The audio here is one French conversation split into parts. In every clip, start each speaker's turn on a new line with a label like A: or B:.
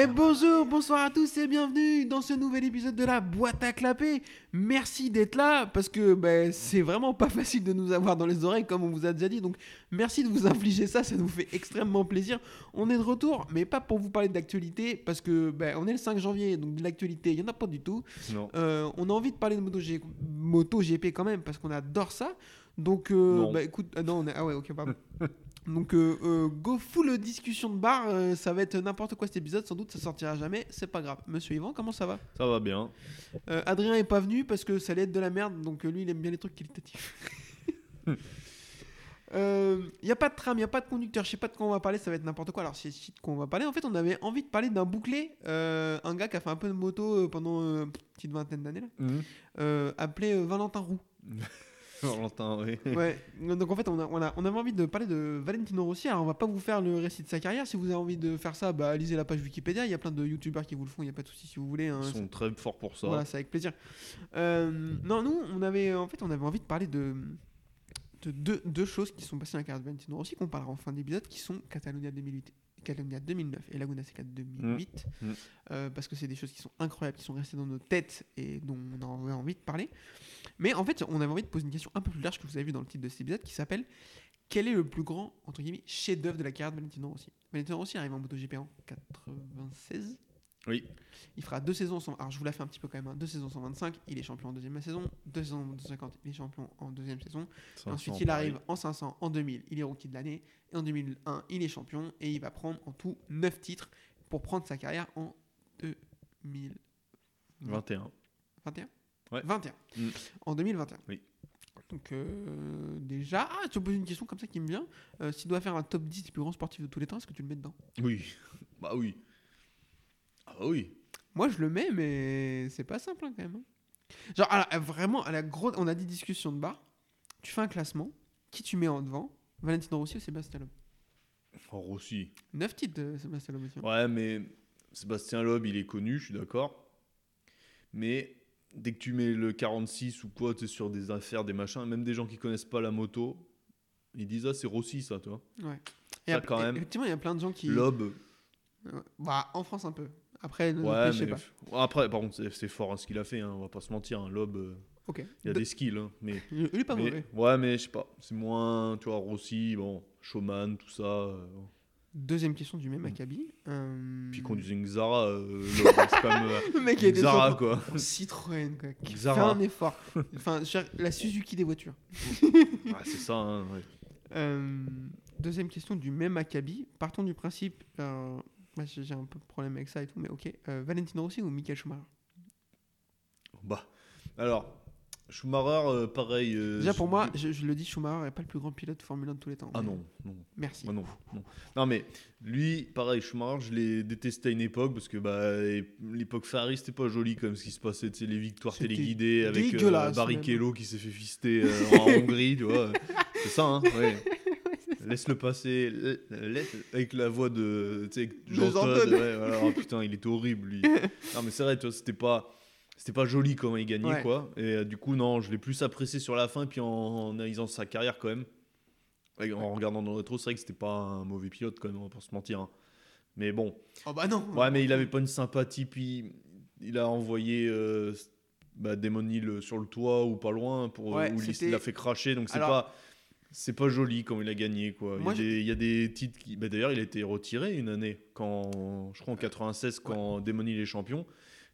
A: Et bonjour, bonsoir à tous et bienvenue dans ce nouvel épisode de la boîte à clapper. Merci d'être là parce que ben, c'est vraiment pas facile de nous avoir dans les oreilles comme on vous a déjà dit. Donc merci de vous infliger ça, ça nous fait extrêmement plaisir. On est de retour, mais pas pour vous parler d'actualité parce que ben, on est le 5 janvier donc de l'actualité il y en a pas du tout.
B: Non.
A: Euh, on a envie de parler de Moto G- MotoGP quand même parce qu'on adore ça. Donc, euh,
B: Non.
A: bah écoute, ah non, on est- ah ouais, ok, pardon. Donc, euh, euh, go full discussion de bar, euh, ça va être n'importe quoi cet épisode, sans doute ça sortira jamais, c'est pas grave. Monsieur Yvan, comment ça va
B: Ça va bien.
A: Euh, Adrien est pas venu parce que ça allait être de la merde, donc euh, lui il aime bien les trucs qualitatifs. Il n'y a pas de tram, il n'y a pas de conducteur, je sais pas de quoi on va parler, ça va être n'importe quoi. Alors, c'est shit qu'on va parler. En fait, on avait envie de parler d'un bouclé, euh, un gars qui a fait un peu de moto euh, pendant euh, une petite vingtaine d'années, là, euh, appelé euh, Valentin Roux.
B: Valentin, oui.
A: Ouais, donc en fait, on, a, on, a- on avait envie de parler de Valentino Rossi. Alors, on va pas vous faire le récit de sa carrière. Si vous avez envie de faire ça, bah, lisez la page Wikipédia. Il y a plein de youtubeurs qui vous le font. Il n'y a pas de souci si vous voulez. hein.
B: Ils sont très forts pour ça.
A: Voilà, c'est avec plaisir. Euh, non, nous, on avait, en fait, on avait envie de parler de, de deux, deux choses qui sont passées dans la carrière de Valentino Rossi, qu'on parlera en fin d'épisode, qui sont Catalonia 2008. Catalonia 2009 et Laguna Seca 2008,
B: Mm, mm.
A: euh, parce que c'est des choses qui sont incroyables, qui sont restées dans nos têtes et dont on a envie de parler. Mais en fait, on avait envie de poser une question un peu plus large que vous avez vu dans le titre de cet épisode qui s'appelle Quel est le plus grand, entre guillemets, chef-d'œuvre de la carrière de Valentino Rossi Valentino Rossi arrive en MotoGP en 96,
B: Oui.
A: il fera deux saisons, sans- alors je vous la fais un petit peu quand même, hein. deux saisons 125, il est champion en deuxième saison, deux saisons 250, il est champion en deuxième saison, ensuite il arrive en 500, en 2000, il est rookie de l'année, et en 2001, il est champion, et il va prendre en tout 9 titres pour prendre sa carrière en 2021.
B: 21. Ouais.
A: 21.
B: Mm.
A: En 2021.
B: Oui.
A: Donc euh, déjà, ah, tu me poses une question comme ça qui me vient, Euh, s'il doit faire un top 10 des plus grands sportifs de tous les temps, est-ce que tu le mets dedans
B: Oui. Bah oui. Ah bah oui.
A: Moi, je le mets, mais c'est pas simple hein, quand même. hein. Genre, à la- à vraiment, à la grosse, on a dit discussion de bar. Tu fais un classement. Qui tu mets en devant Valentino Rossi ou Sébastien Loeb
B: Oh, Rossi.
A: 9 titres de Sébastien Loeb aussi. hein.
B: Ouais, mais Sébastien Loeb, il est connu, je suis d'accord. Mais dès que tu mets le 46 ou quoi, tu es sur des affaires, des machins, même des gens qui connaissent pas la moto, ils disent Ah, c'est Rossi, ça, toi.
A: Et
B: ça,
A: après-
B: quand
A: et-
B: même.
A: Effectivement, il y a plein de gens qui.
B: Loeb.
A: Ouais. Bah, en France, un peu. Après, ne-
B: Ouais,
A: je sais
B: mais.
A: pas.
B: Après, par contre, c'est- c'est fort hein, ce qu'il a fait, hein, on va pas se mentir. Hein, Loeb, euh,
A: Ok.
B: il y a
A: De-
B: des skills, hein, mais.
A: Il il est pas
B: Mais-
A: mauvais.
B: Ouais, mais je sais pas. C'est moins, tu vois, Rossi, bon, Showman, tout ça. euh,
A: Deuxième question du même acabit. Euh,
B: Mm. Puis il conduisait une Xara, euh, le- c'est comme euh,
A: Le mec il était
B: Xara,
A: sur-
B: quoi.
A: Citroën, quoi. Qui fait
B: Zara.
A: un effort. Enfin, je veux dire, la Suzuki des voitures.
B: Ah, c'est ça, hein, ouais.
A: Euh, deuxième question du même acabit. Partons du principe. euh, moi, j'ai j'ai un peu de problème avec ça et tout, mais ok. Euh, Valentino Rossi ou Michael Schumacher
B: Bah, alors, Schumacher, euh, pareil. euh,
A: Déjà, pour
B: je-
A: moi, je, je le dis, Schumacher n'est pas le plus grand pilote de Formule 1 de tous les temps.
B: Ah
A: mais
B: non, non,
A: Merci.
B: ah non, non. Non, mais lui, pareil, Schumacher, je l'ai détesté à une époque parce que bah, l'époque Ferrari, c'était pas joli comme ce qui se passait, tu sais, les victoires
A: C'était
B: téléguidées avec euh,
A: dégueulasse, hein.
B: Barrichello qui s'est fait fister euh, en Hongrie, tu vois. C'est ça, hein, ouais. Laisse le passer, la- laisse- avec la voix de tu sais,
A: De
B: Jean
A: Jean
B: Todt,
A: Todt.
B: ouais, voilà. Oh, putain, il était horrible lui. non mais c'est vrai, tu vois, c'était pas, c'était pas joli comment il gagnait
A: Ouais.
B: quoi. Et euh, du coup non, je l'ai plus apprécié sur la fin et puis en, en analysant sa carrière quand même, et en regardant dans le rétro, c'est vrai que c'était pas un mauvais pilote quand même, on va pas se mentir. hein. Mais bon,
A: Oh bah non
B: ouais, mais il avait pas une sympathie puis il a envoyé. euh, bah, Damon Hill sur le toit ou pas loin pour
A: Ouais,
B: où il-
A: c'était-
B: il l'a fait cracher donc c'est
A: Alors-
B: pas c'est pas joli quand il a gagné quoi. Il y,
A: Moi,
B: a
A: je-
B: des, il y a des titres qui. bah, D'ailleurs, il a été retiré une année quand je crois en 96 quand Damon Hill est champion.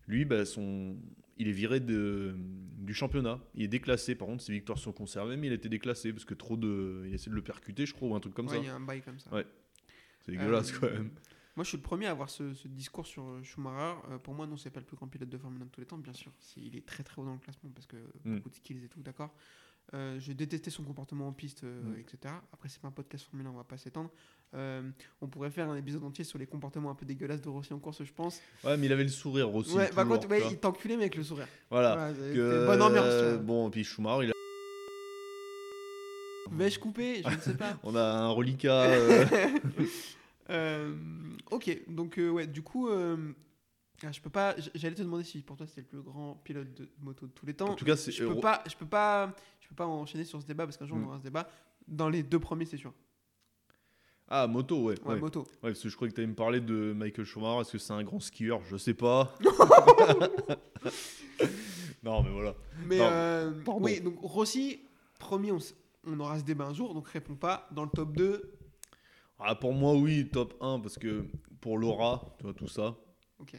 B: Lui, bah, son il est viré de, du championnat. Il est déclassé. Par contre, ses victoires sont conservées, mais il a été déclassé parce que trop de. Il essaie de le percuter, je crois, ou un truc comme
A: Ouais,
B: ça.
A: il y a un bail comme ça.
B: Ouais, C'est dégueulasse
A: Euh,
B: quand même.
A: Moi, je suis le premier à avoir ce, ce discours sur euh, Schumacher. Euh, pour moi, non, c'est pas le plus grand pilote de Formule 1 de tous les temps, bien sûr. C'est- il est très très haut dans le classement parce que
B: Mm.
A: beaucoup de skills et tout, d'accord. Euh, je détestais son comportement en piste,
B: Mm.
A: euh, etc. Après, c'est pas un podcast Formule 1, on va pas s'étendre. Euh, on pourrait faire un épisode entier sur les comportements un peu dégueulasses de Rossi en course, je pense.
B: Ouais, mais il avait le sourire aussi.
A: ouais, par
B: toujours,
A: contre,
B: tu
A: ouais,
B: vois.
A: il t'enculait, mais avec le sourire.
B: Voilà.
A: Voilà, c'était
B: Que- euh,
A: Bonne ambiance. tu vois.
B: Bon, puis Schumacher, il a-
A: Vais-je couper Je ne sais pas.
B: on a un reliquat. euh,
A: Euh, ok, donc euh, ouais, du coup, euh, Ah, je peux pas. j- J'allais te demander si pour toi c'était le plus grand pilote de moto de tous les temps.
B: En tout cas, c'est-
A: je peux
B: euh,
A: pas, je peux pas, je peux pas enchaîner sur ce débat parce qu'un jour on
B: Mm.
A: aura ce débat. Dans les deux premiers, c'est sûr.
B: Ah, moto, ouais.
A: Ouais,
B: ouais.
A: moto.
B: Ouais, parce que je croyais que tu allais me parler de Michael Schumacher. Est-ce que c'est un grand skieur Je sais pas. non, mais voilà.
A: Mais
B: Pardon.
A: euh,
B: Pardon.
A: oui, donc Rossi, premier, on, s- on aura ce débat un jour, donc réponds pas. Dans le top 2,
B: Ah, pour moi, oui, top 1, parce que pour Laura, tu vois, tout ça.
A: ok.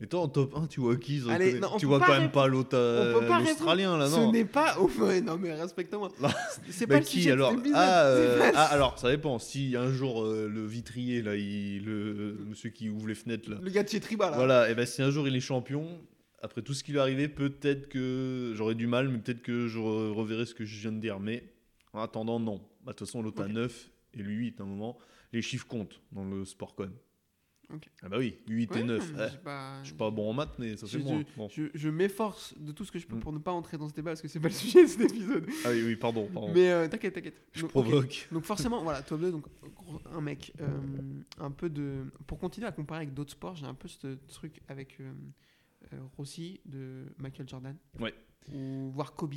B: Et toi, en top 1, tu vois qui sans
A: Allez,
B: déconner
A: non, on
B: Tu
A: peut
B: vois
A: pas
B: quand même
A: répondre-
B: pas l'autre,
A: on peut
B: euh,
A: pas
B: l'Australien, là,
A: Ce
B: non
A: n'est pas. oh, ouais, non, mais respecte-moi.
B: Non.
A: C'est
B: Bah,
A: pas le
B: qui
A: sujet de
B: alors
A: cet épisode,
B: ah,
A: c'est
B: euh,
A: pas le-
B: ah, alors, ça dépend. Si un jour, euh, le vitrier, là, il, le monsieur qui ouvre les fenêtres, là,
A: Le gars de chez Tribal, là.
B: Voilà, et ben si un jour il est champion, après tout ce qui lui est arrivé, peut-être que j'aurais du mal, mais peut-être que je re- reverrai ce que je viens de dire. Mais en attendant, non. Bah, De toute façon, l'autre
A: Ok.
B: a 9 et lui 8 à un moment. Les chiffres comptent dans le sport quand même.
A: Ok.
B: Ah bah oui, 8
A: Ouais,
B: et 9.
A: non, mais
B: eh,
A: j'ai pas-
B: je suis pas bon en maths, mais ça
A: Je,
B: fait moins.
A: je-
B: Bon.
A: je- je m'efforce de tout ce que je peux
B: Mm.
A: pour ne pas entrer dans ce débat parce que c'est pas le sujet de cet épisode.
B: Ah oui, oui, pardon. pardon.
A: Mais euh, t'inquiète, t'inquiète.
B: je
A: Donc, ok.
B: provoque.
A: Donc forcément, voilà, top 2, donc gros- un mec, euh, un peu de... Pour continuer à comparer avec d'autres sports, j'ai un peu ce truc avec euh, euh, Rossi de Michael Jordan.
B: Ouais.
A: Ou voir Kobe,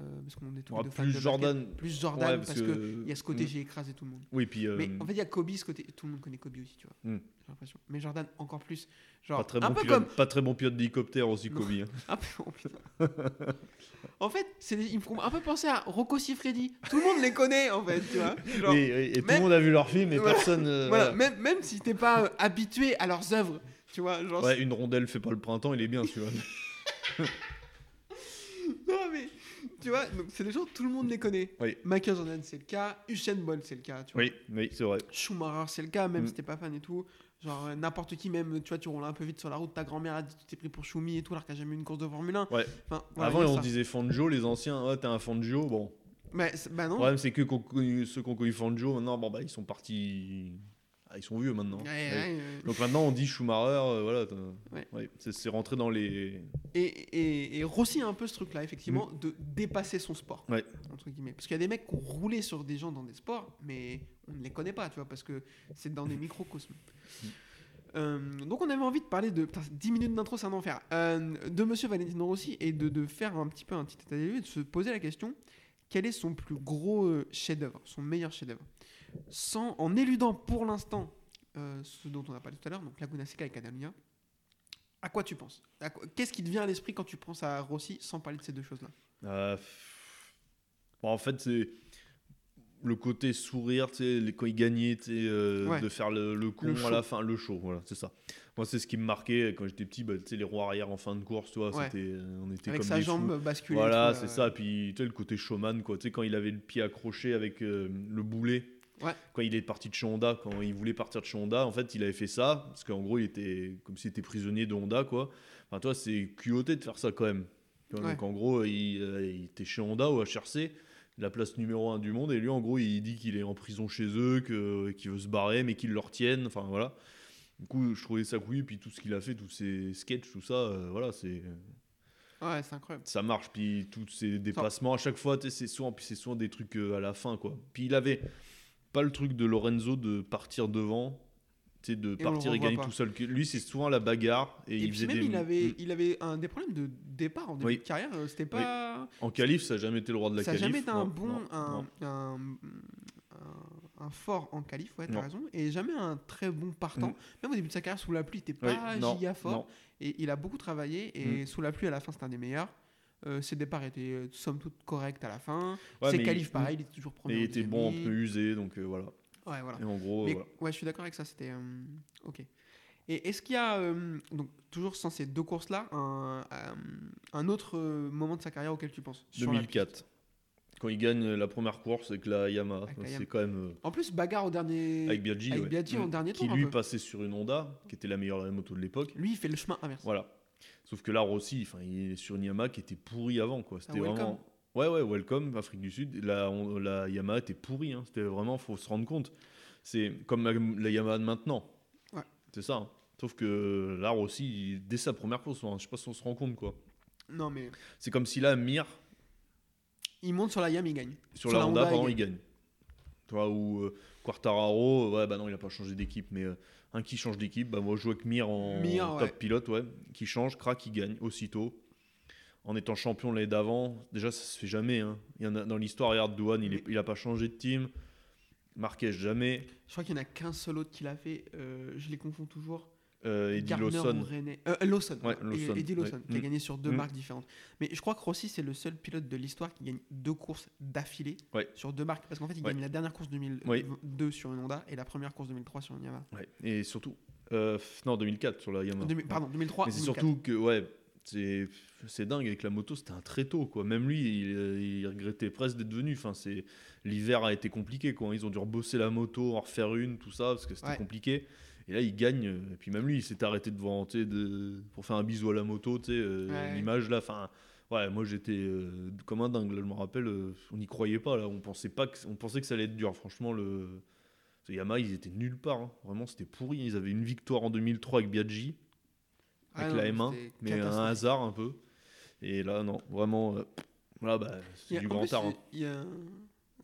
A: euh, parce qu'on est tous les
B: Ah,
A: deux fans
B: plus
A: de
B: Jordan.
A: basket. Plus Jordan,
B: Ouais,
A: parce, que... il y a ce côté
B: Mm.
A: j'ai écrasé tout le monde.
B: Oui, puis. euh,
A: Mais en fait, il y a Kobe, ce côté... Tout le monde connaît Kobe aussi, tu vois.
B: Mm.
A: J'ai l'impression. Mais Jordan, encore plus. Genre,
B: Pas très,
A: un
B: bon
A: peu
B: pilote,
A: comme...
B: pas très bon pilote d'hélicoptère aussi,
A: Non.
B: Kobe. hein.
A: Ah, putain, oh, putain. en fait, c'est des- ils me font un peu penser à Rocco Siffredi. Tout le monde les connaît, en fait, tu vois. Genre,
B: Oui, oui, et tout le
A: même-
B: monde a vu leur film, mais
A: Voilà.
B: personne. euh,
A: Voilà,
B: voilà.
A: Même, même si t'es pas euh, habitué à leurs œuvres, tu vois, genre.
B: Ouais, une rondelle fait pas le printemps, il est bien, tu vois.
A: Non, mais tu vois, donc c'est des gens tout le monde les connaît.
B: Oui.
A: Michael Jordan c'est le cas, Usain Bolt c'est le cas, tu vois.
B: Oui, oui, c'est vrai.
A: Schumacher c'est le cas, même
B: Mm.
A: si t'es pas fan et tout. Genre euh, n'importe qui, même tu vois, tu roules un peu vite sur la route, ta grand-mère a dit tu t'es pris pour Schumi et tout alors qu'il y a jamais eu une course de Formule 1.
B: Ouais.
A: Enfin, voilà,
B: Avant,
A: il y a
B: on
A: ça.
B: disait Fangio, les anciens, ouais, t'es un Fangio. Bon,
A: Mais c'est- bah
B: le
A: non.
B: problème, c'est que qu'on connu- ceux qui ont connu Fangio, maintenant, bon, bah, ils sont partis. Ah, ils sont vieux maintenant.
A: Ouais,
B: Ouais.
A: ouais, ouais.
B: Donc maintenant, on dit Schumacher, euh, voilà. t'as-
A: Ouais.
B: ouais, c'est- c'est rentré dans les.
A: Et, et, et Rossi a un peu ce truc-là, effectivement, de dépasser son sport.
B: Ouais.
A: Entre guillemets. Parce qu'il y a des mecs qui ont roulé sur des gens dans des sports, mais on ne les connaît pas, tu vois, parce que c'est dans des microcosmes. Euh, donc on avait envie de parler de... Putain, 10 minutes d'intro, c'est un enfer. Euh, de Monsieur Valentino Rossi et de, de faire un petit peu un petit état des lieux et de se poser la question, quel est son plus gros euh, chef-d'œuvre, son meilleur chef-d'œuvre Sans- En éludant pour l'instant euh, ce dont on a parlé tout à l'heure, donc Laguna Seca et Catalunya, à quoi tu penses À quoi- Qu'est-ce qui te vient à l'esprit quand tu penses à Rossi sans parler de ces deux choses-là
B: Euh, pff. bon, en fait, c'est le côté sourire, tu sais, les- quand il gagnait, tu sais, euh,
A: Ouais.
B: de faire le, le con
A: show.
B: à la fin, le show, voilà, c'est ça. Moi, c'est ce qui me marquait quand j'étais petit, bah, tu sais, les roues arrière en fin de course, toi,
A: Ouais.
B: c'était, euh, on était
A: Avec
B: comme
A: sa
B: des fous.
A: jambe basculée.
B: Voilà,
A: tu
B: c'est
A: vois, euh,
B: ça. Puis tu sais, le côté showman, quoi. Tu sais, quand il avait le pied accroché avec euh, le boulet.
A: Ouais.
B: Quand il est parti de chez Honda, quand il voulait partir de chez Honda, en fait, il avait fait ça parce qu'en gros, il était comme s'il était prisonnier de Honda, quoi. Enfin, toi, c'est culotté de faire ça quand même. Tu vois,
A: Ouais.
B: Donc en gros, il, euh, il était chez Honda au HRC, la place numéro un du monde, et lui, en gros, il dit qu'il est en prison chez eux, que- euh, qu'il veut se barrer, mais qu'ils le retiennent. Enfin voilà. Du coup, je trouvais ça couillu, puis tout ce qu'il a fait, tous ses sketchs, tout ça, euh, voilà, c'est
A: euh, Ouais, c'est incroyable.
B: ça marche puis tous ces dépassements à chaque fois tu sais, c'est souvent puis c'est souvent des trucs euh, à la fin quoi puis il avait pas le truc de Lorenzo de partir devant tu sais, de
A: le
B: partir et
A: revoit
B: gagner
A: pas.
B: tout seul Que- lui c'est souvent la bagarre et,
A: Et,
B: il
A: puis
B: faisait
A: même,
B: des
A: il, avait,
B: Mm.
A: il avait un des problèmes de départ en début
B: Oui.
A: de carrière. euh, C'était pas.
B: en qualif ça a jamais été le roi de la
A: ça n'a
B: qualif
A: jamais été un
B: Non,
A: bon.
B: non,
A: un,
B: non.
A: un, un- un fort en qualif, ouais, t'as
B: Non.
A: raison. Et jamais un très bon partant.
B: Mm.
A: Même au début de sa carrière, sous la pluie, il était
B: Oui,
A: pas
B: non, Mm.
A: giga fort.
B: non.
A: Et il a beaucoup travaillé. Et sous la pluie, à la fin, c'était un des meilleurs. Euh, ses départs étaient euh, somme toute corrects à la fin.
B: Ouais,
A: ses
B: mais
A: qualifs,
B: il-
A: pareil, il était toujours premier.
B: et il
A: ou
B: était
A: deuxième
B: bon en
A: ligne.
B: pneu usé donc euh, voilà
A: Ouais, voilà.
B: et en gros
A: Mais
B: Oh, voilà.
A: ouais, je suis d'accord avec ça, c'était... euh, ok. Et est-ce qu'il y a, euh, donc toujours sans ces deux courses-là, un, euh, un autre euh, moment de sa carrière auquel tu penses sur la piste
B: 2004 quand il gagne la première course avec la Yamaha
A: Avec la Yamaha.
B: c'est quand même euh,
A: En plus, bagarre au dernier...
B: avec Biaggi
A: avec
B: ouais. Mm.
A: Biaggi en dernier
B: qui
A: tour, un
B: lui
A: peu.
B: passait sur une Honda qui était la meilleure moto de l'époque
A: Lui, il fait le chemin inverse.
B: Voilà. Sauf que là, Rossi, enfin, il est sur une Yamaha qui était pourrie avant, quoi. C'était
A: Ah, welcome.
B: vraiment. Ouais, ouais, welcome, Afrique du Sud. La, on- la Yamaha était pourrie, hein. C'était vraiment, faut se rendre compte. C'est comme la, la Yamaha de maintenant.
A: Ouais.
B: C'est ça. hein. Sauf que là, Rossi, il- dès sa première course, hein, je sais pas si on se rend compte, quoi.
A: Non, mais
B: C'est comme si là, Mir,
A: il monte sur la Yam, il gagne.
B: sur, la, Honda, pardon, il gagne. Tu vois, ou euh, Quartararo, ouais, bah non, il a pas changé d'équipe, mais euh, un qui change d'équipe, bah moi je joue avec Mir en
A: Mir,
B: top
A: ouais.
B: pilote, ouais, qui change, craque, il gagne aussitôt. En étant champion l'année d'avant, déjà ça se fait jamais. hein. Il y en a, dans l'histoire, regarde Douane, il, est- il a pas changé de team. Marquez jamais.
A: Je crois qu'il n'y en a qu'un seul autre qui l'a fait. euh, je les confonds toujours.
B: Euh, Eddie
A: Gardner ou
B: Lawson.
A: René. Euh, Lawson.
B: Ouais,
A: pardon, et-
B: Lawson,
A: Eddie Lawson,
B: ouais.
A: qui a
B: Mm.
A: gagné sur deux
B: Mm.
A: marques différentes. Mais je crois que Rossi, c'est le seul pilote de l'histoire qui gagne deux courses d'affilée
B: Ouais.
A: sur deux marques. Parce qu'en fait, il
B: Ouais.
A: gagne la dernière course 2002 sur une Honda et la première course 2003 sur une Yamaha.
B: Ouais. Et surtout, euh, f- non, 2004 sur la Yamaha.
A: 2000 pardon, 2003.
B: Mais c'est
A: 2004.
B: surtout que, ouais, c'est c'est dingue, avec la moto, c'était un très tôt, quoi. Même lui, il, euh, il regrettait presque d'être venu. Enfin, c'est- L'hiver a été compliqué, quoi. Ils ont dû rebosser la moto, en refaire une, tout ça, parce que c'était
A: Ouais.
B: compliqué. Et là, il gagne. euh, Et puis même lui, il s'est arrêté devant, tu sais, de, pour faire un bisou à la moto, tu sais, euh,
A: Ouais.
B: l'image, là, enfin... Ouais, moi j'étais euh, comme un dingue, là, je me rappelle, euh, on n'y croyait pas, là, on pensait, pas que, on pensait que ça allait être dur, franchement, le, ce Yamaha, ils étaient nulle part, hein. vraiment, c'était pourri, ils avaient une victoire en 2003 avec Biaggi,
A: Ah
B: avec
A: non,
B: la M1,
A: c'était
B: mais un
A: catastrophique.
B: hasard un peu. Et là, non, vraiment, euh, là, bah,
A: Il y
B: c'est
A: a-
B: du
A: en
B: grand
A: plus,
B: art. hein.
A: Il y a. un-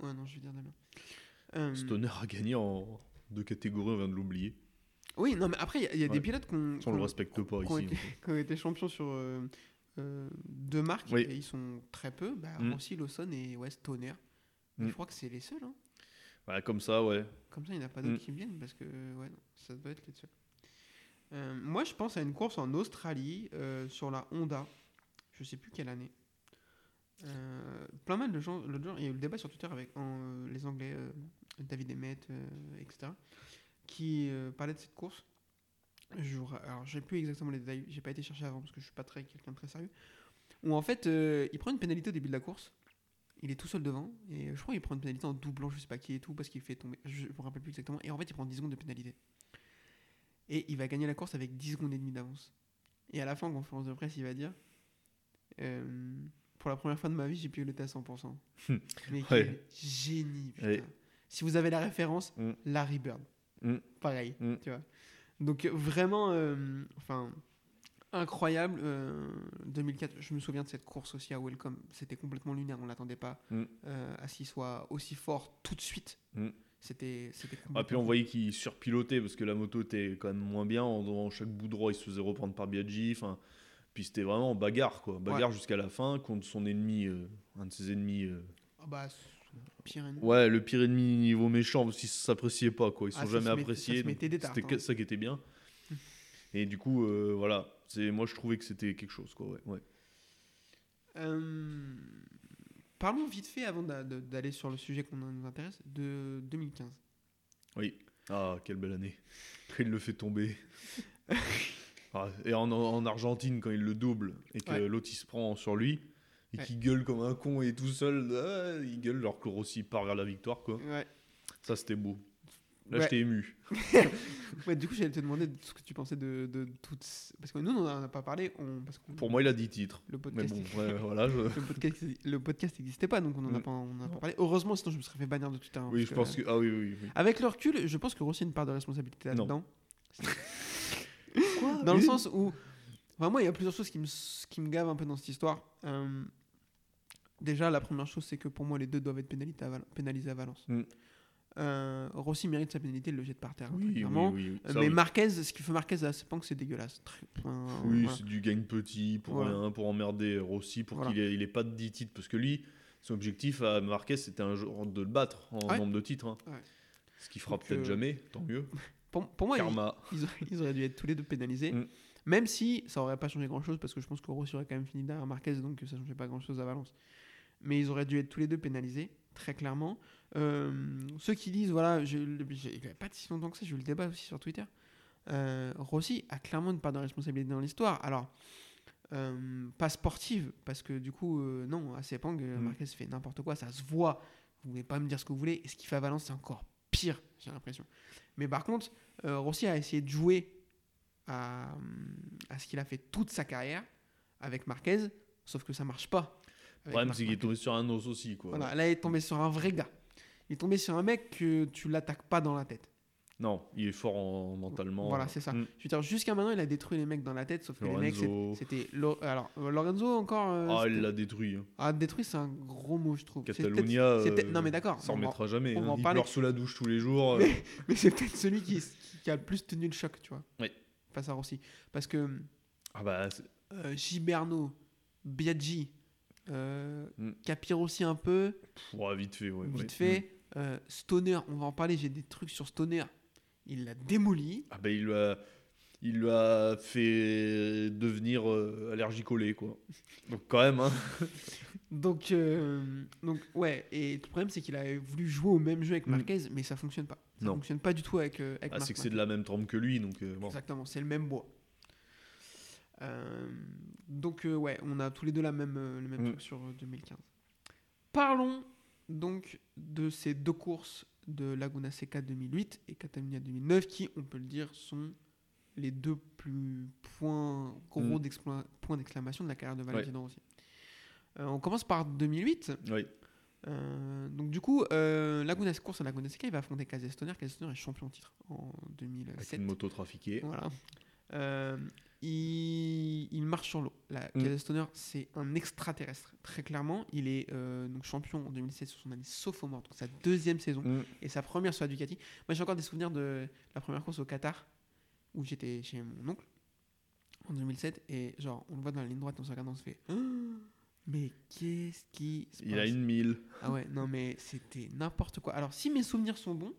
A: Ouais, non, je vais dire demain. Euh,
B: Stoner a gagné en deux catégories, on vient de l'oublier.
A: Oui, non, mais après, il y a- il y a, des
B: Ouais.
A: pilotes qui ont,
B: Ça, On le
A: qui ont-
B: respecte pas
A: qui ont
B: ici.
A: été, qui ont été champions sur euh, euh, deux marques
B: Oui.
A: et ils sont très peu. Bah,
B: Mm.
A: Rossi, Lawson et ouais, Stoner. Mais
B: Mm.
A: Je crois que c'est les seuls. hein.
B: Voilà, comme ça, ouais.
A: Comme ça, il n'y en a pas d'autres
B: Mm.
A: qui viennent parce que ouais, non, ça doit être les seuls. Euh, moi, je pense à une course en Australie euh, sur la Honda. Je sais plus quelle année. Euh, plein mal de gens. l'autre jour, il y a eu le débat sur Twitter avec en, euh, les Anglais, euh, David Emmett, euh, etc., qui euh, parlait de cette course. Je vous ra- alors, j'ai plus exactement les détails. J'ai pas été chercher avant parce que je suis pas très quelqu'un de très sérieux. Où en fait, euh, il prend une pénalité au début de la course. Il est tout seul devant, et je crois qu'il prend une pénalité en doublant, je sais pas qui et tout, parce qu'il fait tomber. Je me rappelle plus exactement. Et en fait, il prend 10 secondes de pénalité. Et il va gagner la course avec 10 secondes et demie d'avance. Et à la fin, en conférence de presse, il va dire euh, Pour la première fois de ma vie, j'ai piloté à 100%. Mais quel
B: Ouais.
A: génie, putain.
B: Ouais.
A: Si vous avez la référence,
B: Mm.
A: Larry Bird.
B: Mm.
A: Pareil,
B: Mm.
A: tu vois. Donc, euh, vraiment, euh, enfin incroyable. euh, 2004, je me souviens de cette course aussi à Welcome. C'était complètement lunaire, on ne l'attendait pas
B: Mm.
A: euh, à ce qu'il soit aussi fort tout de suite.
B: Mm.
A: C'était c'était complètement
B: Ah, puis on voyait qu'il surpilotait parce que la moto était quand même moins bien. En, en chaque bout droit, il se faisait reprendre par Biaggi. Enfin, puis c'était vraiment bagarre, quoi. Bagarre jusqu'à la fin contre son ennemi, euh, un de ses ennemis. euh,
A: Ah bah, c'est pire ennemi.
B: Ouais, le pire ennemi niveau méchant, parce qu'ils s'appréciaient pas, quoi. Ils sont
A: Ah, ça se
B: jamais
A: met- ça
B: appréciés.
A: se
B: donc
A: mettait des tartes,
B: C'était que-
A: hein.
B: ça qui était bien. Et du coup, euh, voilà. C'est moi, je trouvais que c'était quelque chose, quoi. Ouais. ouais.
A: Euh, parlons vite fait avant d'a- de- d'aller sur le sujet qu'on nous intéresse de 2015.
B: Ah, quelle belle année. Quand il le fait tomber. Ah, et en, en Argentine, quand il le double et que
A: Ouais.
B: l'autre il se prend sur lui et
A: Ouais.
B: qu'il gueule comme un con et tout seul, ah, il gueule alors que Rossi part vers la victoire, quoi.
A: Ouais.
B: Ça, c'était beau. Là,
A: Ouais.
B: j'étais ému.
A: Ouais, du coup, j'allais te demander de ce que tu pensais de, de toutes. ces- Parce que nous, on n'en a pas parlé. On... Parce qu'on-
B: Pour moi, il a 10 titres.
A: le
B: Mais
A: podcast
B: bon, ouais, voilà. je-
A: le podcast, le podcast n'existait pas, donc on n'en a
B: Mm.
A: pas, on en a pas
B: Non.
A: parlé. Heureusement, sinon je me serais fait bannir de Twitter. hein,
B: Oui,
A: parce
B: je pense que. Ah oui, oui, oui.
A: Avec le recul, je pense que Rossi a une part de responsabilité
B: Non.
A: là-dedans. Dans le sens où. Enfin, moi, il y a plusieurs choses qui me, qui me gavent un peu dans cette histoire. Euh, déjà, la première chose, c'est que pour moi, les deux doivent être pénalisés à, Val- pénalisés à Valence.
B: Mm.
A: Euh, Rossi mérite sa pénalité, il le jette par terre.
B: Oui, oui,
A: clairement.
B: oui, oui.
A: Euh,
B: Ça,
A: Mais
B: oui.
A: Marquez, ce qu'il fait Marquez à ce point, c'est dégueulasse. Très- enfin,
B: Oui,
A: voilà.
B: c'est du gagne petit pour
A: Voilà.
B: rien, pour emmerder Rossi, pour
A: Voilà.
B: qu'il ait, il ait pas de 10 titres. Parce que lui, son objectif à Marquez, c'était un jour de le battre en
A: Ouais.
B: nombre de titres. hein.
A: Ouais.
B: Ce qui fera
A: Donc,
B: peut-être
A: euh,
B: jamais, tant mieux.
A: Pour, pour moi, il-
B: Karma.
A: ils, auraient- ils auraient dû être tous les deux pénalisés.
B: Mm.
A: Même si ça aurait pas changé grand chose, parce que je pense que Rossi aurait quand même fini derrière Marquez, donc ça changeait pas grand chose à Valence. Mais ils auraient dû être tous les deux pénalisés, très clairement. Euh, ceux qui disent, voilà, j'ai eu le- j'ai- il n'y a pas si longtemps que ça, j'ai eu le débat aussi sur Twitter. Euh, Rossi a clairement une part de responsabilité dans l'histoire. Alors, euh, pas sportive, parce que du coup, euh, non, à Sepang, euh,
B: Mm.
A: Marquez fait n'importe quoi, ça se voit. Vous pouvez pas me dire ce que vous voulez. Et ce qu'il fait à Valence, c'est encore pire, j'ai l'impression. Mais par contre, euh, Rossi a essayé de jouer à, à ce qu'il a fait toute sa carrière avec Marquez, sauf que ça marche pas.
B: Le
A: avec
B: problème,
A: Marc
B: c'est qu'il est
A: Marquez.
B: tombé sur un os aussi. Quoi.
A: Voilà, là, il est tombé sur un vrai gars. Il est tombé sur un mec que tu l'attaques pas dans la tête.
B: Non, il est fort en- mentalement.
A: Voilà, c'est ça.
B: Mm.
A: Je veux dire, jusqu'à maintenant, il a détruit les mecs dans la tête, sauf que les mecs,
B: Lorenzo.
A: c'est- c'était. Lo- Alors, euh, Lorenzo, encore. euh,
B: Ah,
A: c'était-
B: il l'a détruit. hein.
A: ah, détruit, c'est un gros mot, je trouve. C'est peut-être-
B: Catalunya.
A: c'est peut-être-
B: euh,
A: Non, mais d'accord.
B: Ça
A: Ah, on va-
B: remettra jamais.
A: on
B: hein.
A: va en
B: Il
A: parler.
B: pleure sous la douche tous les jours.
A: Mais,
B: euh,
A: mais c'est peut-être celui qui, qui a le plus tenu le choc, tu vois.
B: Oui.
A: Face à Rossi. Parce que
B: Ah bah, c'est-
A: euh, Giberno, Biaggi, euh,
B: Mm.
A: Capir aussi un peu,
B: pff, ouais, vite fait. Ouais, ouais.
A: vite fait,
B: Hmm.
A: euh, Stoner, on va en parler, j'ai des trucs sur Stoner. Il l'a démoli.
B: Ah bah, il lui a, il lui a fait devenir euh, allergique au lait, quoi. Donc quand même, hein.
A: Donc, euh, donc ouais, et le problème c'est qu'il a voulu jouer au même jeu avec
B: Mm.
A: Marquez, mais ça fonctionne pas. Ça
B: Non.
A: fonctionne pas du tout avec, euh, avec
B: Ah,
A: Marc
B: c'est que c'est
A: Marquez.
B: de la même trempe que lui, donc euh, bon.
A: Exactement, c'est le même bois. Euh, donc euh, ouais, on a tous les deux la même, euh, le même
B: Mm.
A: truc sur euh, 2015. Parlons donc de ces deux courses de Laguna Seca 2008 et Catalunya 2009 qui, on peut le dire, sont les deux plus points gros
B: Mm.
A: d'exploit- points d'exclamation de la carrière de Valentino Rossi. Euh, on commence par 2008.
B: Oui.
A: Euh, donc du coup, euh, Laguna course à Laguna Seca, il va affronter Casey Stoner. Casey Stoner est champion en titre en
B: Avec
A: 2007.
B: une moto trafiquée.
A: Voilà. Euh, il, il marche sur l'eau. La
B: Mm.
A: Kyle Stoner, c'est un extraterrestre, très clairement. Il est euh, donc champion en 2016 sur son année sophomore, donc sa deuxième saison
B: Mm.
A: et sa première sur la Ducati. Moi, j'ai encore des souvenirs de la première course au Qatar où j'étais chez mon oncle en 2007 et genre on le voit dans la ligne droite, on se regarde, on se fait. Ah, Mais qu'est-ce qui se passe
B: Il a une mille.
A: ah ouais, non mais c'était n'importe quoi. Alors si mes souvenirs sont bons,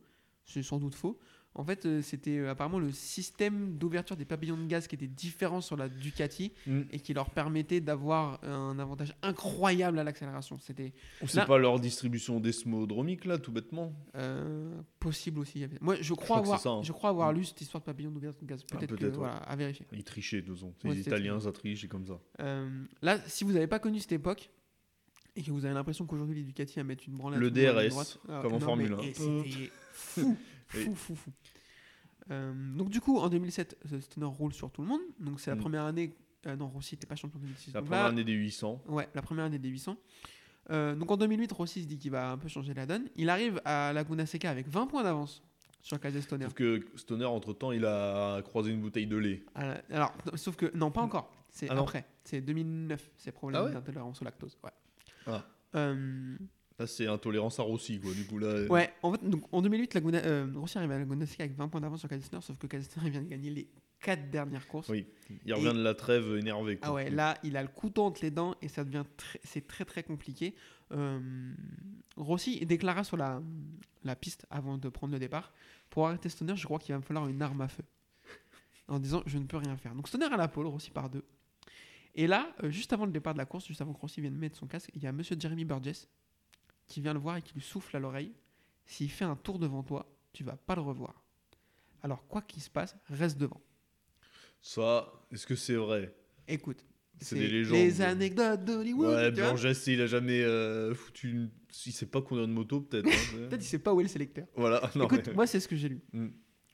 A: c'est sans doute faux. En fait, euh, c'était euh, apparemment le système d'ouverture des papillons de gaz qui était différent sur la Ducati
B: Mm.
A: et qui leur permettait d'avoir un avantage incroyable à l'accélération. C'était
B: C'est
A: Là-
B: pas leur distribution d'esmodromique, là, tout bêtement.
A: euh, possible aussi. il y avait- Moi, je
B: crois
A: crois,
B: que c'est
A: avoir,
B: ça, hein.
A: je crois avoir
B: Mm.
A: lu cette histoire de papillons d'ouverture de gaz. Peut-être que
B: peut-être, ouais.
A: voilà, à vérifier.
B: Ils trichaient, deux ans.
A: Ouais,
B: les
A: c'est-
B: Italiens, ça triche, c'est comme ça.
A: Euh, là, si vous n'avez pas connu cette époque et que vous avez l'impression qu'aujourd'hui les Ducati à mettre une branlée à
B: Le
A: tout monde à la
B: DRS,
A: droite, ah,
B: comme en
A: non,
B: Formule
A: mais-
B: 1.
A: et C'était fou,
B: Et-
A: fou, fou, fou. Euh, donc du coup, en 2007, euh, Stoner roule sur tout le monde. Donc c'est la
B: Mm.
A: première année. euh, non, Rossi n'était pas champion en 2006.
B: C'est la
A: Donc
B: première
A: là,
B: année des 800.
A: Ouais, la première année des 800. Euh, donc en 2008, Rossi se dit qu'il va un peu changer la donne. Il arrive à Laguna Seca avec 20 points d'avance sur Casey Stoner.
B: Sauf que Stoner, entre-temps, il a croisé une bouteille de lait.
A: Ah, Alors, non, sauf que, non, pas encore. C'est
B: Ah non.
A: après. C'est 2009, ces problèmes
B: Ah ouais
A: d'intolérance au lactose. Ouais.
B: Ah.
A: Euh,
B: Là, c'est intolérance à Rossi, quoi. Du coup, là... euh,
A: ouais, en fait, donc, en 2008, Laguna, euh, Rossi arrive à Laguna Seca avec 20 points d'avance sur Kazesner, sauf que Kazesner vient de gagner les 4 dernières courses.
B: Oui. Il revient de la trêve énervé. quoi.
A: Ah ouais, là, il a le couteau entre les dents et ça devient très, c'est très très compliqué. Euh, Rossi déclara sur la, la piste avant de prendre le départ pour arrêter Stoner, je crois qu'il va me falloir une arme à feu. En disant, je ne peux rien faire. Donc Stoner à la pole, Rossi par deux. Et là, euh, juste avant le départ de la course, juste avant que Rossi vienne mettre son casque, il y a monsieur Jeremy Burgess qui vient le voir et qui lui souffle à l'oreille S'il fait un tour devant toi, tu vas pas le revoir. Alors, quoi qu'il se passe, reste devant.
B: Ça, est-ce que c'est vrai
A: Écoute.
B: C'est des légendes.
A: Les anecdotes d'Hollywood.
B: Ouais,
A: tu vois.
B: Burgess, il a jamais euh, foutu une... Il sait pas conduire une moto, peut-être. hein.
A: Peut-être il sait pas où est le sélecteur.
B: Voilà. Non,
A: Écoute,
B: mais-
A: moi c'est ce que j'ai lu.
B: Mm.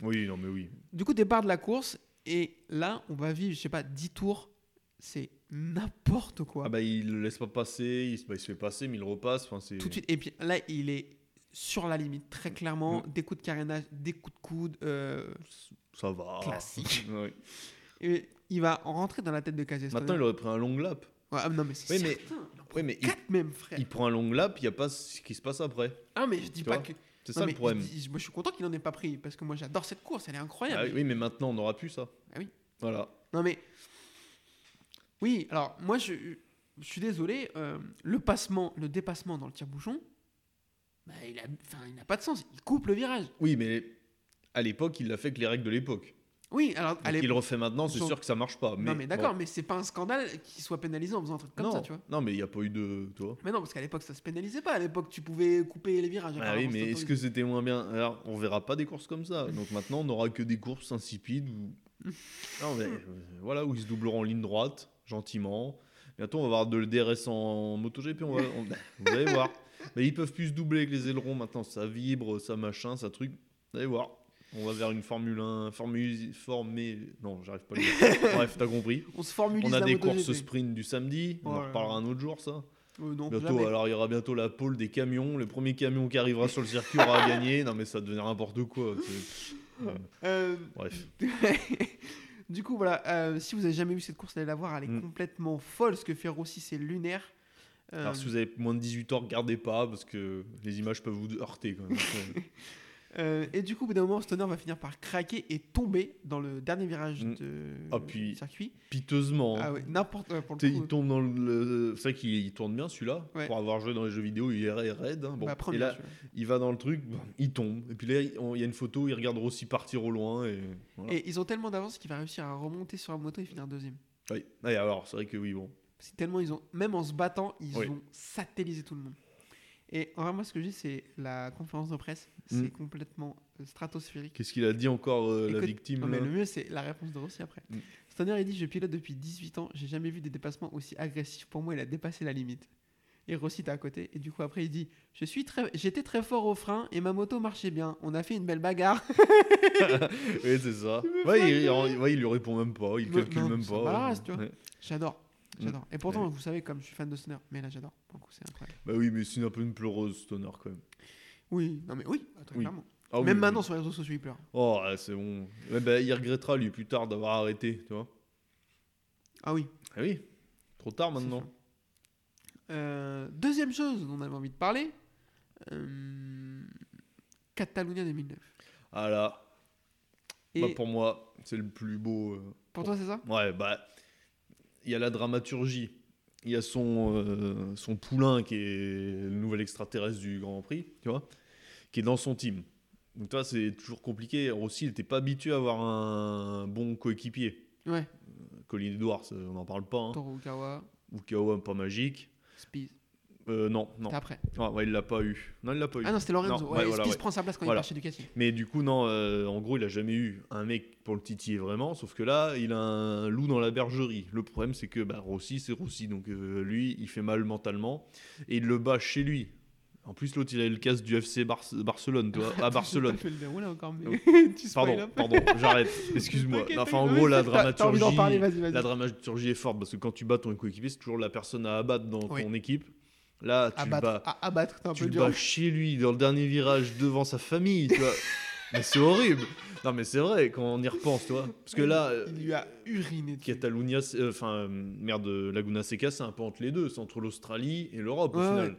B: Oui, non, mais oui.
A: Du coup, départ de la course et là, on va vivre, je sais pas, 10 tours. C'est n'importe quoi.
B: Ah bah, il le laisse pas passer, il se, bah, il se fait passer, mais il repasse. Enfin, c'est...
A: Tout de suite. Et puis là, il est sur la limite, très clairement.
B: Mm.
A: Des coups de carénage, des coups de coude. euh,
B: Ça va.
A: Classique.
B: Ouais.
A: et il va rentrer dans la tête de Casey Stoner.
B: Maintenant, il aurait pris un long lap.
A: Ouais, ah, non, mais c'est
B: Oui, mais-
A: certain. Il en prend
B: Oui, mais il,
A: quatre même, frère.
B: il prend un long lap, il n'y a pas ce qui se passe après.
A: Ah, mais je dis
B: Tu
A: pas
B: vois,
A: que.
B: C'est
A: Non,
B: ça
A: mais
B: le
A: je
B: problème.
A: dis- moi, je suis content qu'il n'en ait pas pris parce que moi, j'adore cette course. Elle est
B: Ah
A: incroyable.
B: oui, mais maintenant, on n'aura plus ça.
A: Ah oui.
B: Voilà.
A: Non mais oui, alors moi je, je suis désolé, euh, le passement, le dépassement dans le tire-bouchon, bah, il a, enfin, il n'a pas de sens. Il coupe le virage.
B: Oui, mais à l'époque, il l'a fait avec les règles de l'époque.
A: Oui, alors
B: Donc,
A: allez.
B: Il le refait maintenant, c'est
A: Sauf-
B: sûr que ça marche pas. Mais,
A: non mais d'accord,
B: bon.
A: mais c'est pas un scandale qui soit pénalisé en faisant un truc comme
B: non.
A: ça, tu vois.
B: Non, mais il n'y a pas eu de. Tu vois.
A: Mais non, parce qu'à l'époque ça se pénalisait pas. À l'époque tu pouvais couper les virages.
B: Ah oui,
A: apparemment,
B: mais
A: c'était
B: est-ce que
A: autorisé.
B: c'était moins bien Alors, on verra pas des courses comme ça. Donc maintenant, on n'aura que des courses insipides où. Non, mais, euh, voilà, où ils se doubleront en ligne droite, gentiment. Bientôt, on va avoir de le DRS en MotoGP. On va, on- vous allez voir. Mais ils peuvent plus se doubler avec les ailerons maintenant. Ça vibre, ça machin, ça truc. Vous allez voir. On va vers une Formule 1, Formule. Formée. Non, j'arrive pas à le dire. Bref, t'as compris.
A: on se formulise
B: On a
A: la
B: des
A: MotoGP.
B: courses sprint du samedi. On
A: Oh
B: en
A: là
B: reparlera un autre jour, ça.
A: Euh, non,
B: Bientôt,
A: jamais.
B: alors il y aura bientôt la pole des camions. Le premier camion qui arrivera sur le circuit aura gagné. Non, mais ça deviendra n'importe quoi. C'est-
A: Euh,
B: Bref.
A: du coup, voilà, euh, si vous avez jamais vu cette course, allez la voir, elle est
B: Mm.
A: complètement folle. Ce que fait Rossi, c'est lunaire. Euh,
B: Alors, si vous avez moins de 18 ans, regardez pas parce que les images peuvent vous heurter quand même. Ouais.
A: euh, et du coup, au bout d'un moment, Stoner va finir par craquer et tomber dans le dernier virage
B: Mm.
A: de
B: Ah, puis-
A: du circuit.
B: Piteusement. hein.
A: Ah ouais, n'importe ouais, pour
B: Tu
A: le
B: sais, il
A: coup.
B: tombe dans le. C'est vrai qu'il il tourne bien celui-là.
A: Ouais.
B: Pour avoir joué dans les jeux vidéo, il est raide. hein. Bon,
A: bah,
B: et
A: première,
B: là,
A: tu vois.
B: il va dans le truc, bon, il tombe. Et puis là, il on- il y a une photo, il regarde Rossi partir au loin. Et, voilà.
A: Et ils ont tellement d'avance qu'il va réussir à remonter sur la moto et finir deuxième.
B: Oui. Ah, et alors, c'est vrai que oui, bon.
A: C'est tellement ils ont, même en se battant, ils
B: Oui.
A: ont satellisé tout le monde. Et en vrai, moi, ce que je dis, c'est la conférence de presse, c'est
B: Mm.
A: complètement euh, stratosphérique.
B: Qu'est-ce qu'il a dit encore, euh, la
A: Écoute,
B: victime
A: Non, mais
B: là
A: le mieux, c'est la réponse de Rossi après.
B: Mm.
A: Stoner, il dit Je pilote depuis 18 ans, j'ai jamais vu des dépassements aussi agressifs. Pour moi, il a dépassé la limite. Et Rossi était à côté. Et du coup, après, il dit Je suis très, J'étais très fort au frein et ma moto marchait bien. On a fait une belle bagarre.
B: Oui, c'est ça.
A: Il me
B: Ouais,
A: fait
B: il,
A: rire.
B: il- ouais, il lui répond même pas, il
A: Me-
B: calcule
A: non,
B: même
A: ça
B: pas.
A: m'embarrasse, tu vois.
B: Ouais.
A: J'adore.
B: Mm.
A: J'adore. Et pourtant,
B: Ouais.
A: vous savez, comme je suis fan de Stoner, mais là, j'adore. Pour le coup, c'est incroyable.
B: Bah oui, mais c'est un peu une pleureuse, Stoner quand même.
A: Oui, non, mais oui, attends,
B: Oui.
A: clairement.
B: Ah oui,
A: Même
B: oui.
A: maintenant, sur les réseaux sociaux, il pleure.
B: Oh, ouais, c'est bon. Ouais, bah, il regrettera, lui, plus tard, d'avoir arrêté, tu vois.
A: Ah oui.
B: Ah oui, trop tard
A: c'est
B: maintenant.
A: sûr. Euh, deuxième chose dont on avait envie de parler euh, Catalunya 2009.
B: Ah là,
A: Et
B: bah, pour moi, c'est le plus beau. euh,
A: pour toi, c'est ça
B: Ouais, bah, il y a la dramaturgie. Il y a son, euh, son poulain qui est le nouvel extraterrestre du Grand Prix, tu vois, qui est dans son team. Donc, toi, c'est toujours compliqué. Rossi, il n'était pas habitué à avoir un bon coéquipier.
A: Ouais.
B: Colin Edwards, euh, on n'en parle pas. hein.
A: Torukawa,
B: Ou Kawa, pas magique.
A: Spies.
B: Euh, non, non.
A: T'es après.
B: Ah, ouais, il l'a pas eu. Non, il l'a pas eu.
A: Ah non, c'était Lorenzo.
B: Non,
A: ouais,
B: ouais, voilà,
A: Spies
B: ouais.
A: prend sa place quand il
B: Voilà.
A: part chez Ducati.
B: Mais du coup, non, euh, en gros, il a jamais eu un mec pour le titiller vraiment, sauf que là, il a un loup dans la bergerie. Le problème, c'est que bah, Rossi, c'est Rossi, donc euh, lui, il fait mal mentalement, et il le bat chez lui. En plus, l'autre, il a le casse du FC Bar- Barcelone, tu vois, à Barcelone.
A: Je peux le dérouler encore, mais tu spoil
B: Pardon,
A: un peu.
B: pardon, j'arrête, excuse-moi.
A: T'inquiète,
B: Enfin, en
A: t'inquiète,
B: gros, la
A: t'as- T'as envie d'en parler,
B: dramaturgie,
A: vas-y, vas-y.
B: la dramaturgie est forte, parce que quand tu bats ton coéquipier, c'est toujours la personne à abattre dans
A: Oui.
B: ton équipe. Là, tu le bats
A: Abattre, à- abattre, t'es un
B: tu
A: peu
B: le
A: dur.
B: bats chez lui, dans le dernier virage, devant sa famille, tu vois. mais c'est horrible. Non, mais c'est vrai, quand on y repense, tu vois. Parce que là, euh,
A: il lui a uriné. dessus.
B: Catalunya, c'est- euh, enfin, euh, merde, Laguna Seca, c'est un peu entre les deux. C'est entre l'Australie et l'Europe, au
A: Ouais,
B: final.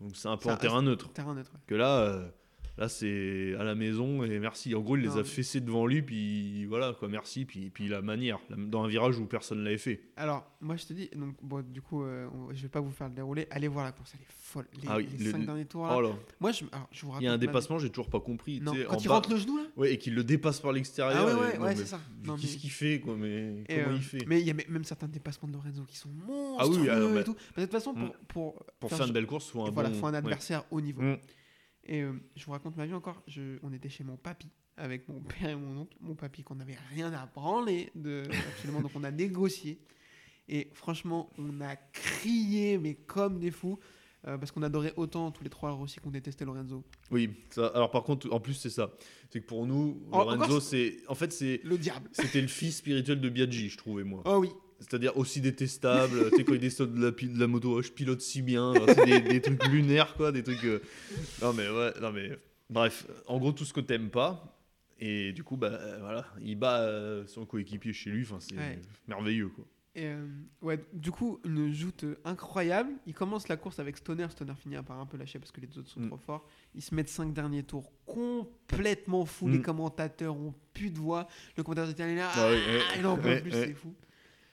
B: Donc c'est un peu
A: Ça
B: en terrain neutre.
A: Terrain neutre. ouais.
B: Que là, euh, là c'est à la maison et merci. En gros, il les
A: Non, mais-
B: a fessés devant lui, puis voilà, quoi, merci. Puis, puis la manière, la- dans un virage où personne l'avait fait.
A: Alors, moi je te dis, donc bon, du coup, euh, on- je vais pas vous faire le déroulé. Allez voir la course, elle est folle. Les,
B: Ah oui,
A: les
B: le-
A: cinq
B: le-
A: derniers tours là.
B: Oh là,
A: Moi, je, alors, je vous raconte.
B: il y a un
A: ma vie.
B: dépassement, j'ai toujours pas compris.
A: Non,
B: tu sais, en
A: quand il
B: bas.
A: rentre le genou là
B: Ouais, et qu'il le dépasse par l'extérieur.
A: Ah ouais,
B: et-
A: ouais,
B: non,
A: ouais,
B: mais
A: c'est ça.
B: mais
A: Non,
B: Qu'est-ce
A: mais-
B: qu'il fait, quoi Mais
A: Et,
B: comment
A: euh,
B: il fait
A: Mais il y a mê- même certains dépassements de Lorenzo qui sont monstrueux
B: Ah oui, alors,
A: et
B: bah-
A: tout. Mais de toute façon, pour, pour,
B: Pour faire une belle course, faut un
A: voilà,
B: bon.
A: faut un
B: ouais.
A: adversaire haut niveau.
B: Mm.
A: Et euh, je vous raconte ma vie encore. Je, on était chez mon papy avec mon père et mon oncle. Mon papy qu'on n'avait rien à branler de absolument, donc on a négocié. Et franchement, on a crié mais comme des fous euh, parce qu'on adorait autant tous les trois Rossi qu'on détestait Lorenzo.
B: Oui. ça- alors par contre, en plus c'est ça, c'est que pour nous,
A: En-
B: Lorenzo,
A: encore-
B: c'est, en fait, c'est,
A: Le diable.
B: c'était le fils spirituel de Biaggi, je trouvais moi.
A: Oh oui.
B: C'est-à-dire aussi détestable. tu sais quand il descend de la, pi- de la moto, oh, je pilote si bien. Enfin, c'est des, des trucs lunaires, quoi, des trucs. euh, Non mais ouais, non mais bref. En gros, tout ce que t'aimes pas. Et du coup, bah euh, voilà, il bat euh, son coéquipier chez lui. Enfin, c'est
A: Ouais.
B: merveilleux, quoi.
A: Et, euh, ouais, du coup, une joute euh, incroyable. Il commence la course avec Stoner. Stoner finit par un peu lâcher parce que les deux autres sont
B: Mm.
A: trop forts. Ils se mettent cinq derniers tours complètement fous. Les
B: Mm.
A: commentateurs ont plus de voix. Le commentateur italien est là.
B: Ah oui, eh. ouais,
A: Ah, il en peut
B: ouais,
A: plus,
B: ouais.
A: c'est fou.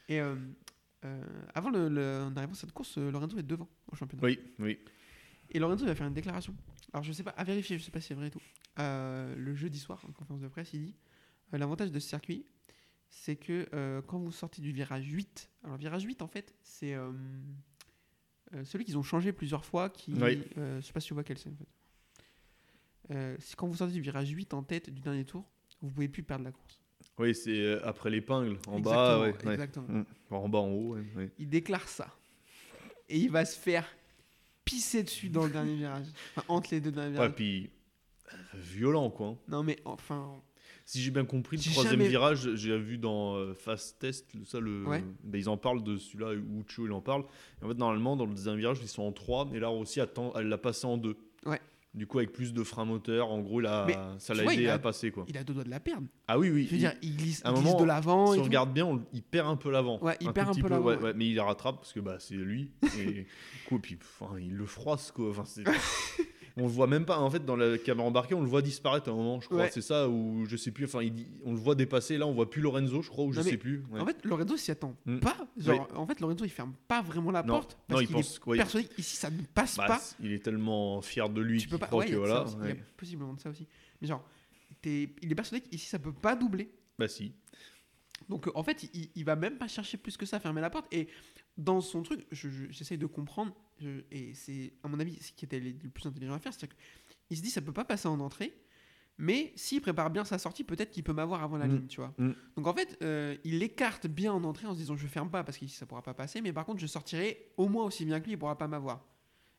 A: Et euh, euh, avant le, le- en arrivant à cette course, euh, Lorenzo est devant au championnat.
B: Oui, oui.
A: Et Lorenzo va faire une déclaration. Alors je sais pas, à vérifier, je sais pas si c'est vrai et tout. Euh, le jeudi soir, en conférence de presse, il dit euh, L'avantage de ce circuit, c'est que euh, quand vous sortez du virage 8, alors le virage 8, en fait, c'est euh, euh, celui qu'ils ont changé plusieurs fois. Qui,
B: Oui.
A: euh, je sais pas si tu vois quel c'est, en fait. Euh, c'est quand vous sortez du virage 8 en tête du dernier tour, vous pouvez plus perdre la course.
B: Oui, c'est euh, après l'épingle, en bas,
A: Exactement,
B: ouais, ouais.
A: exactement.
B: Enfin, en bas, en haut. ouais, ouais.
A: il déclare ça. Et il va se faire pisser dessus dans le dernier virage. Enfin, entre les deux derniers
B: Ouais,
A: virages.
B: puis euh, violent quoi. hein.
A: Non, mais enfin.
B: Si j'ai bien compris, le
A: J'ai
B: troisième
A: jamais-
B: virage, j'ai vu dans euh, Fast Test, le- ça le,
A: Ouais.
B: ben, ils en parlent de celui-là où Cho il en parle. Et en fait, normalement, dans le deuxième virage, ils sont en trois, et là aussi, attend, elle l'a passé en deux.
A: Ouais.
B: Du coup, avec plus de frein moteur, en gros, là,
A: Mais,
B: ça
A: tu
B: l'a
A: vois,
B: aidé
A: il a-
B: à passer. quoi.
A: Il a deux doigts de la perdre.
B: Ah oui, oui.
A: Je veux
B: il-
A: dire, il glisse,
B: à un
A: il glisse
B: moment,
A: de l'avant.
B: si
A: et
B: on
A: tout.
B: regarde bien, on- il perd un peu l'avant.
A: Ouais, il perd
B: tout
A: un
B: petit
A: peu l'avant,
B: ouais,
A: ouais.
B: ouais, mais il la rattrape parce que bah, c'est lui. Et du coup, et puis, enfin, il le froisse. Quoi. Enfin, c'est- on le voit même pas. En fait, dans la caméra embarquée, on le voit disparaître à un moment, je crois.
A: Ouais.
B: C'est ça, ou je sais plus. Enfin, il dit- on le voit dépasser. Là, on voit plus Lorenzo, je crois, ou je
A: Non, mais
B: sais plus. ouais.
A: En fait, Lorenzo s'y attend
B: Mm.
A: pas. Genre, En fait, Lorenzo, il ferme pas vraiment la
B: Non.
A: porte.
B: Non,
A: Parce
B: il
A: qu'il
B: pense
A: est
B: quoi, il-
A: persuadé que ici, ça ne passe
B: Bah,
A: pas.
B: c- il est tellement fier de lui
A: Tu peux
B: qu'il
A: pas.
B: croit
A: ouais, il y
B: que
A: a de
B: voilà.
A: ça aussi,
B: ouais.
A: Il y a possiblement de ça aussi. Mais genre, t'es- il est persuadé qu'ici, ça peut pas doubler.
B: Bah si.
A: Donc euh, en fait, il, il va même pas chercher plus que ça à fermer la porte. Et dans son truc, je- je- j'essaye de comprendre, je- et c'est à mon avis ce qui était le le plus intelligent à faire, c'est-à-dire qu'il se dit ça peut pas passer en entrée, mais s'il prépare bien sa sortie, peut-être qu'il peut m'avoir avant la
B: Mm.
A: ligne, tu vois.
B: Mm.
A: Donc en fait, euh, il écarte bien en entrée en se disant je ferme pas parce que ça pourra pas passer, mais par contre je sortirai au moins aussi bien que lui, il pourra pas m'avoir.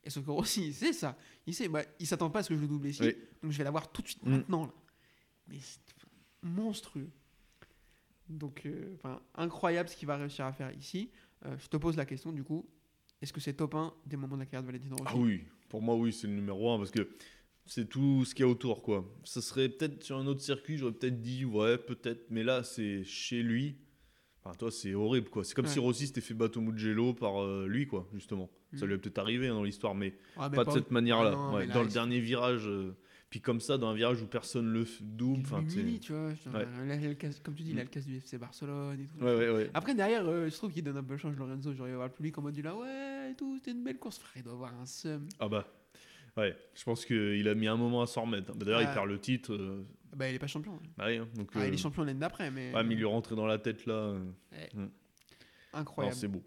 A: Et sauf que aussi, il sait ça. Il sait, bah, il s'attend pas à ce que je le double ici,
B: Oui.
A: donc je vais l'avoir tout de suite
B: Mm.
A: maintenant. Là. Mais c'est monstrueux. Donc, euh, enfin, incroyable ce qu'il va réussir à faire ici. Euh, je te pose la question, du coup, est-ce que c'est top 1 des moments de la carrière de Valentino Rossi
B: Ah oui, pour moi oui, c'est le numéro 1 parce que c'est tout ce qu'il y a autour quoi. Ça serait peut-être sur un autre circuit, j'aurais peut-être dit ouais, peut-être, mais là c'est chez lui. Enfin, toi, c'est horrible quoi. C'est comme
A: Ouais.
B: si Rossi s'était fait battre au Mugello par euh, lui quoi, justement. Ça
A: Mm.
B: lui est peut-être arrivé hein, dans l'histoire, mais
A: Ah, mais
B: pas de cette manière-là.
A: Ah non,
B: Ouais,
A: mais là,
B: dans le
A: il-
B: dernier virage, euh, puis comme ça, dans un virage où personne le f- double.
A: il
B: Enfin,
A: l'humilie,
B: c'est-
A: tu vois. genre,
B: Ouais.
A: là, il a le casse- comme tu dis, il a
B: Mm.
A: le casse du FC Barcelone et tout.
B: ouais, ouais, ouais.
A: Après, derrière, euh, je trouve qu'il donne un peu le change, Lorenzo. Genre, il va voir le public en mode, là, ouais, et tout, c'était une belle course. Frère, il doit avoir un seum.
B: Ah bah. Ouais, je pense qu'il a mis un moment à s'en remettre. hein. Bah, D'ailleurs,
A: Ah.
B: il perd le titre. euh,
A: Bah, il est pas champion. hein.
B: bah, ouais, hein. donc,
A: Ah, il
B: euh,
A: est champion l'année d'après, mais.
B: ouais, mais il lui rentrait dans la tête là. euh, non,
A: Incroyable.
B: c'est beau.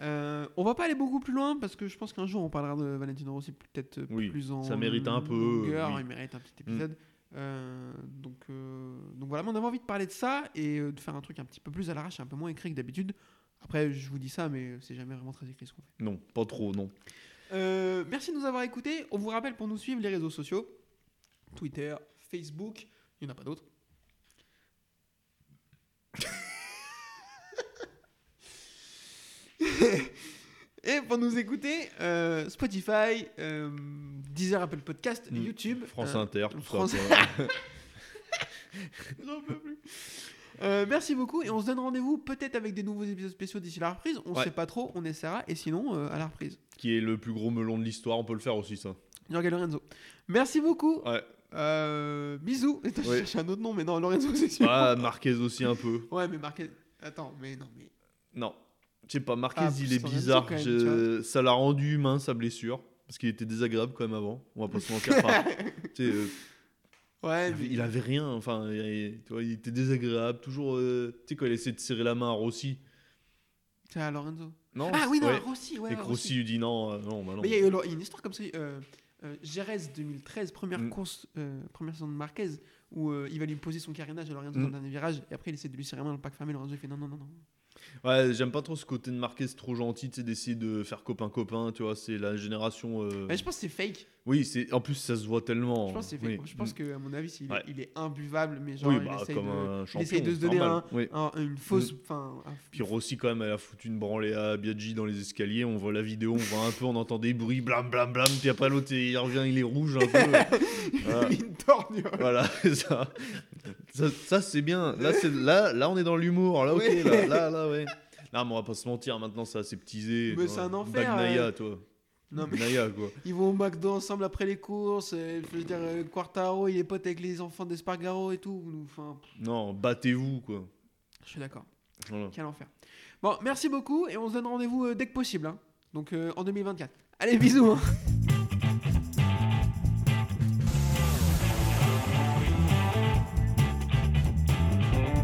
A: Euh, on va pas aller beaucoup plus loin parce que je pense qu'un jour on parlera de Valentino Rossi peut-être euh,
B: Oui,
A: plus en
B: ça mérite un peu,
A: longueur,
B: oui. Mm.
A: il mérite un petit épisode. Euh, donc, euh, donc voilà, mais on avait envie de parler de ça et euh, de faire un truc un petit peu plus à l'arrache, un peu moins écrit que d'habitude. Après, je vous dis ça, mais c'est jamais vraiment très écrit ce qu'on fait.
B: Non, pas trop, non.
A: Euh, merci de nous avoir écoutés. On vous rappelle pour nous suivre les réseaux sociaux Twitter, Facebook, il n'y en a pas d'autres. Et pour nous écouter, euh, Spotify, euh, Deezer, Apple Podcast,
B: Mm.
A: YouTube,
B: France
A: euh,
B: Inter, tout
A: France-
B: ça. quoi.
A: J'en peux plus. Euh, merci beaucoup et on se donne rendez-vous peut-être avec des nouveaux épisodes spéciaux d'ici la reprise. On
B: Ouais.
A: sait pas trop, on essaiera et sinon euh, à la reprise.
B: qui est le plus gros melon de l'histoire, on peut le faire aussi, ça.
A: Jorge Lorenzo. Merci beaucoup.
B: Ouais,
A: Euh, bisous. Attends, je
B: Oui.
A: cherchais un autre nom, mais non, Lorenzo, c'est sûr.
B: ah, Marquez aussi un peu.
A: Ouais, mais marqué. Attends, mais non, mais.
B: Non, je sais pas, Marquez,
A: Ah,
B: il
A: putain,
B: est
A: Lorenzo,
B: bizarre.
A: quand même,
B: je-
A: tu
B: Ça l'a rendu humain, sa blessure. Parce qu'il était désagréable quand même avant. On va pas se mentir. Enfin, tu sais, euh,
A: Ouais,
B: il,
A: mais.
B: avait, il avait rien. Enfin, il, tu vois, il était désagréable. Toujours. euh, tu sais, quand il essayait de serrer la main à Rossi.
A: C'est à Lorenzo.
B: Non
A: ah oui, non,
B: ouais.
A: Rossi, ouais.
B: Et que
A: Rossi.
B: Rossi lui dit non, euh, non, bah non.
A: Mais il y, a eu- il y a une histoire comme ça. Euh, euh, Jerez 2013, première
B: Mm.
A: course, euh, première saison de Marquez, où euh, il va lui poser son carénage à Lorenzo dans le
B: Mm.
A: dernier virage, et après il essaie de lui serrer la main dans le pack fermé. Lorenzo il fait non, non, non, non.
B: Ouais, j'aime pas trop ce côté de Marquez trop gentil, tu sais, d'essayer de faire copain-copain. Tu vois, c'est la génération. euh,
A: Mais je pense que c'est fake.
B: Oui, c'est en plus ça se voit tellement.
A: Je pense, que c'est
B: Oui.
A: fake. Je pense que, à mon avis, s'il est-
B: Ouais.
A: il est imbuvable, mais genre,
B: Oui,
A: il
B: bah,
A: essaye
B: comme
A: de-
B: un Mm.
A: il
B: champion.
A: essaye de se
B: c'est
A: donner
B: normal. Oui.
A: un- un- une fausse. Enfin, un-
B: Puis Rossi quand même, elle a foutu une branlée à Biaggi dans les escaliers. On voit la vidéo, on voit un peu, on entend des bruits, blam blam blam. Puis après l'autre, il revient, il est rouge un peu. Voilà.
A: une torgnole.
B: Voilà, c'est ça, ça, ça, c'est bien. Là, c'est là, là, on est dans l'humour. Là, ok,
A: Ouais.
B: là, là, là, ouais. Là, mais on va pas se mentir. Maintenant, c'est aseptisé.
A: Mais
B: tu
A: c'est
B: vois.
A: un enfer,
B: Bagnaia,
A: euh.
B: toi.
A: Non, mais-
B: Bagnaia, quoi.
A: Ils vont au McDo ensemble après les courses. euh, je veux dire, euh, Quartaro, il est pote avec les enfants d'Espargaro et tout. nous, Enfin,
B: Non, battez-vous, quoi.
A: je suis d'accord.
B: Voilà.
A: Quel enfer. Bon, merci beaucoup et on se donne rendez-vous euh, dès que possible. hein. Donc euh, en 2024. Allez, bisous. hein.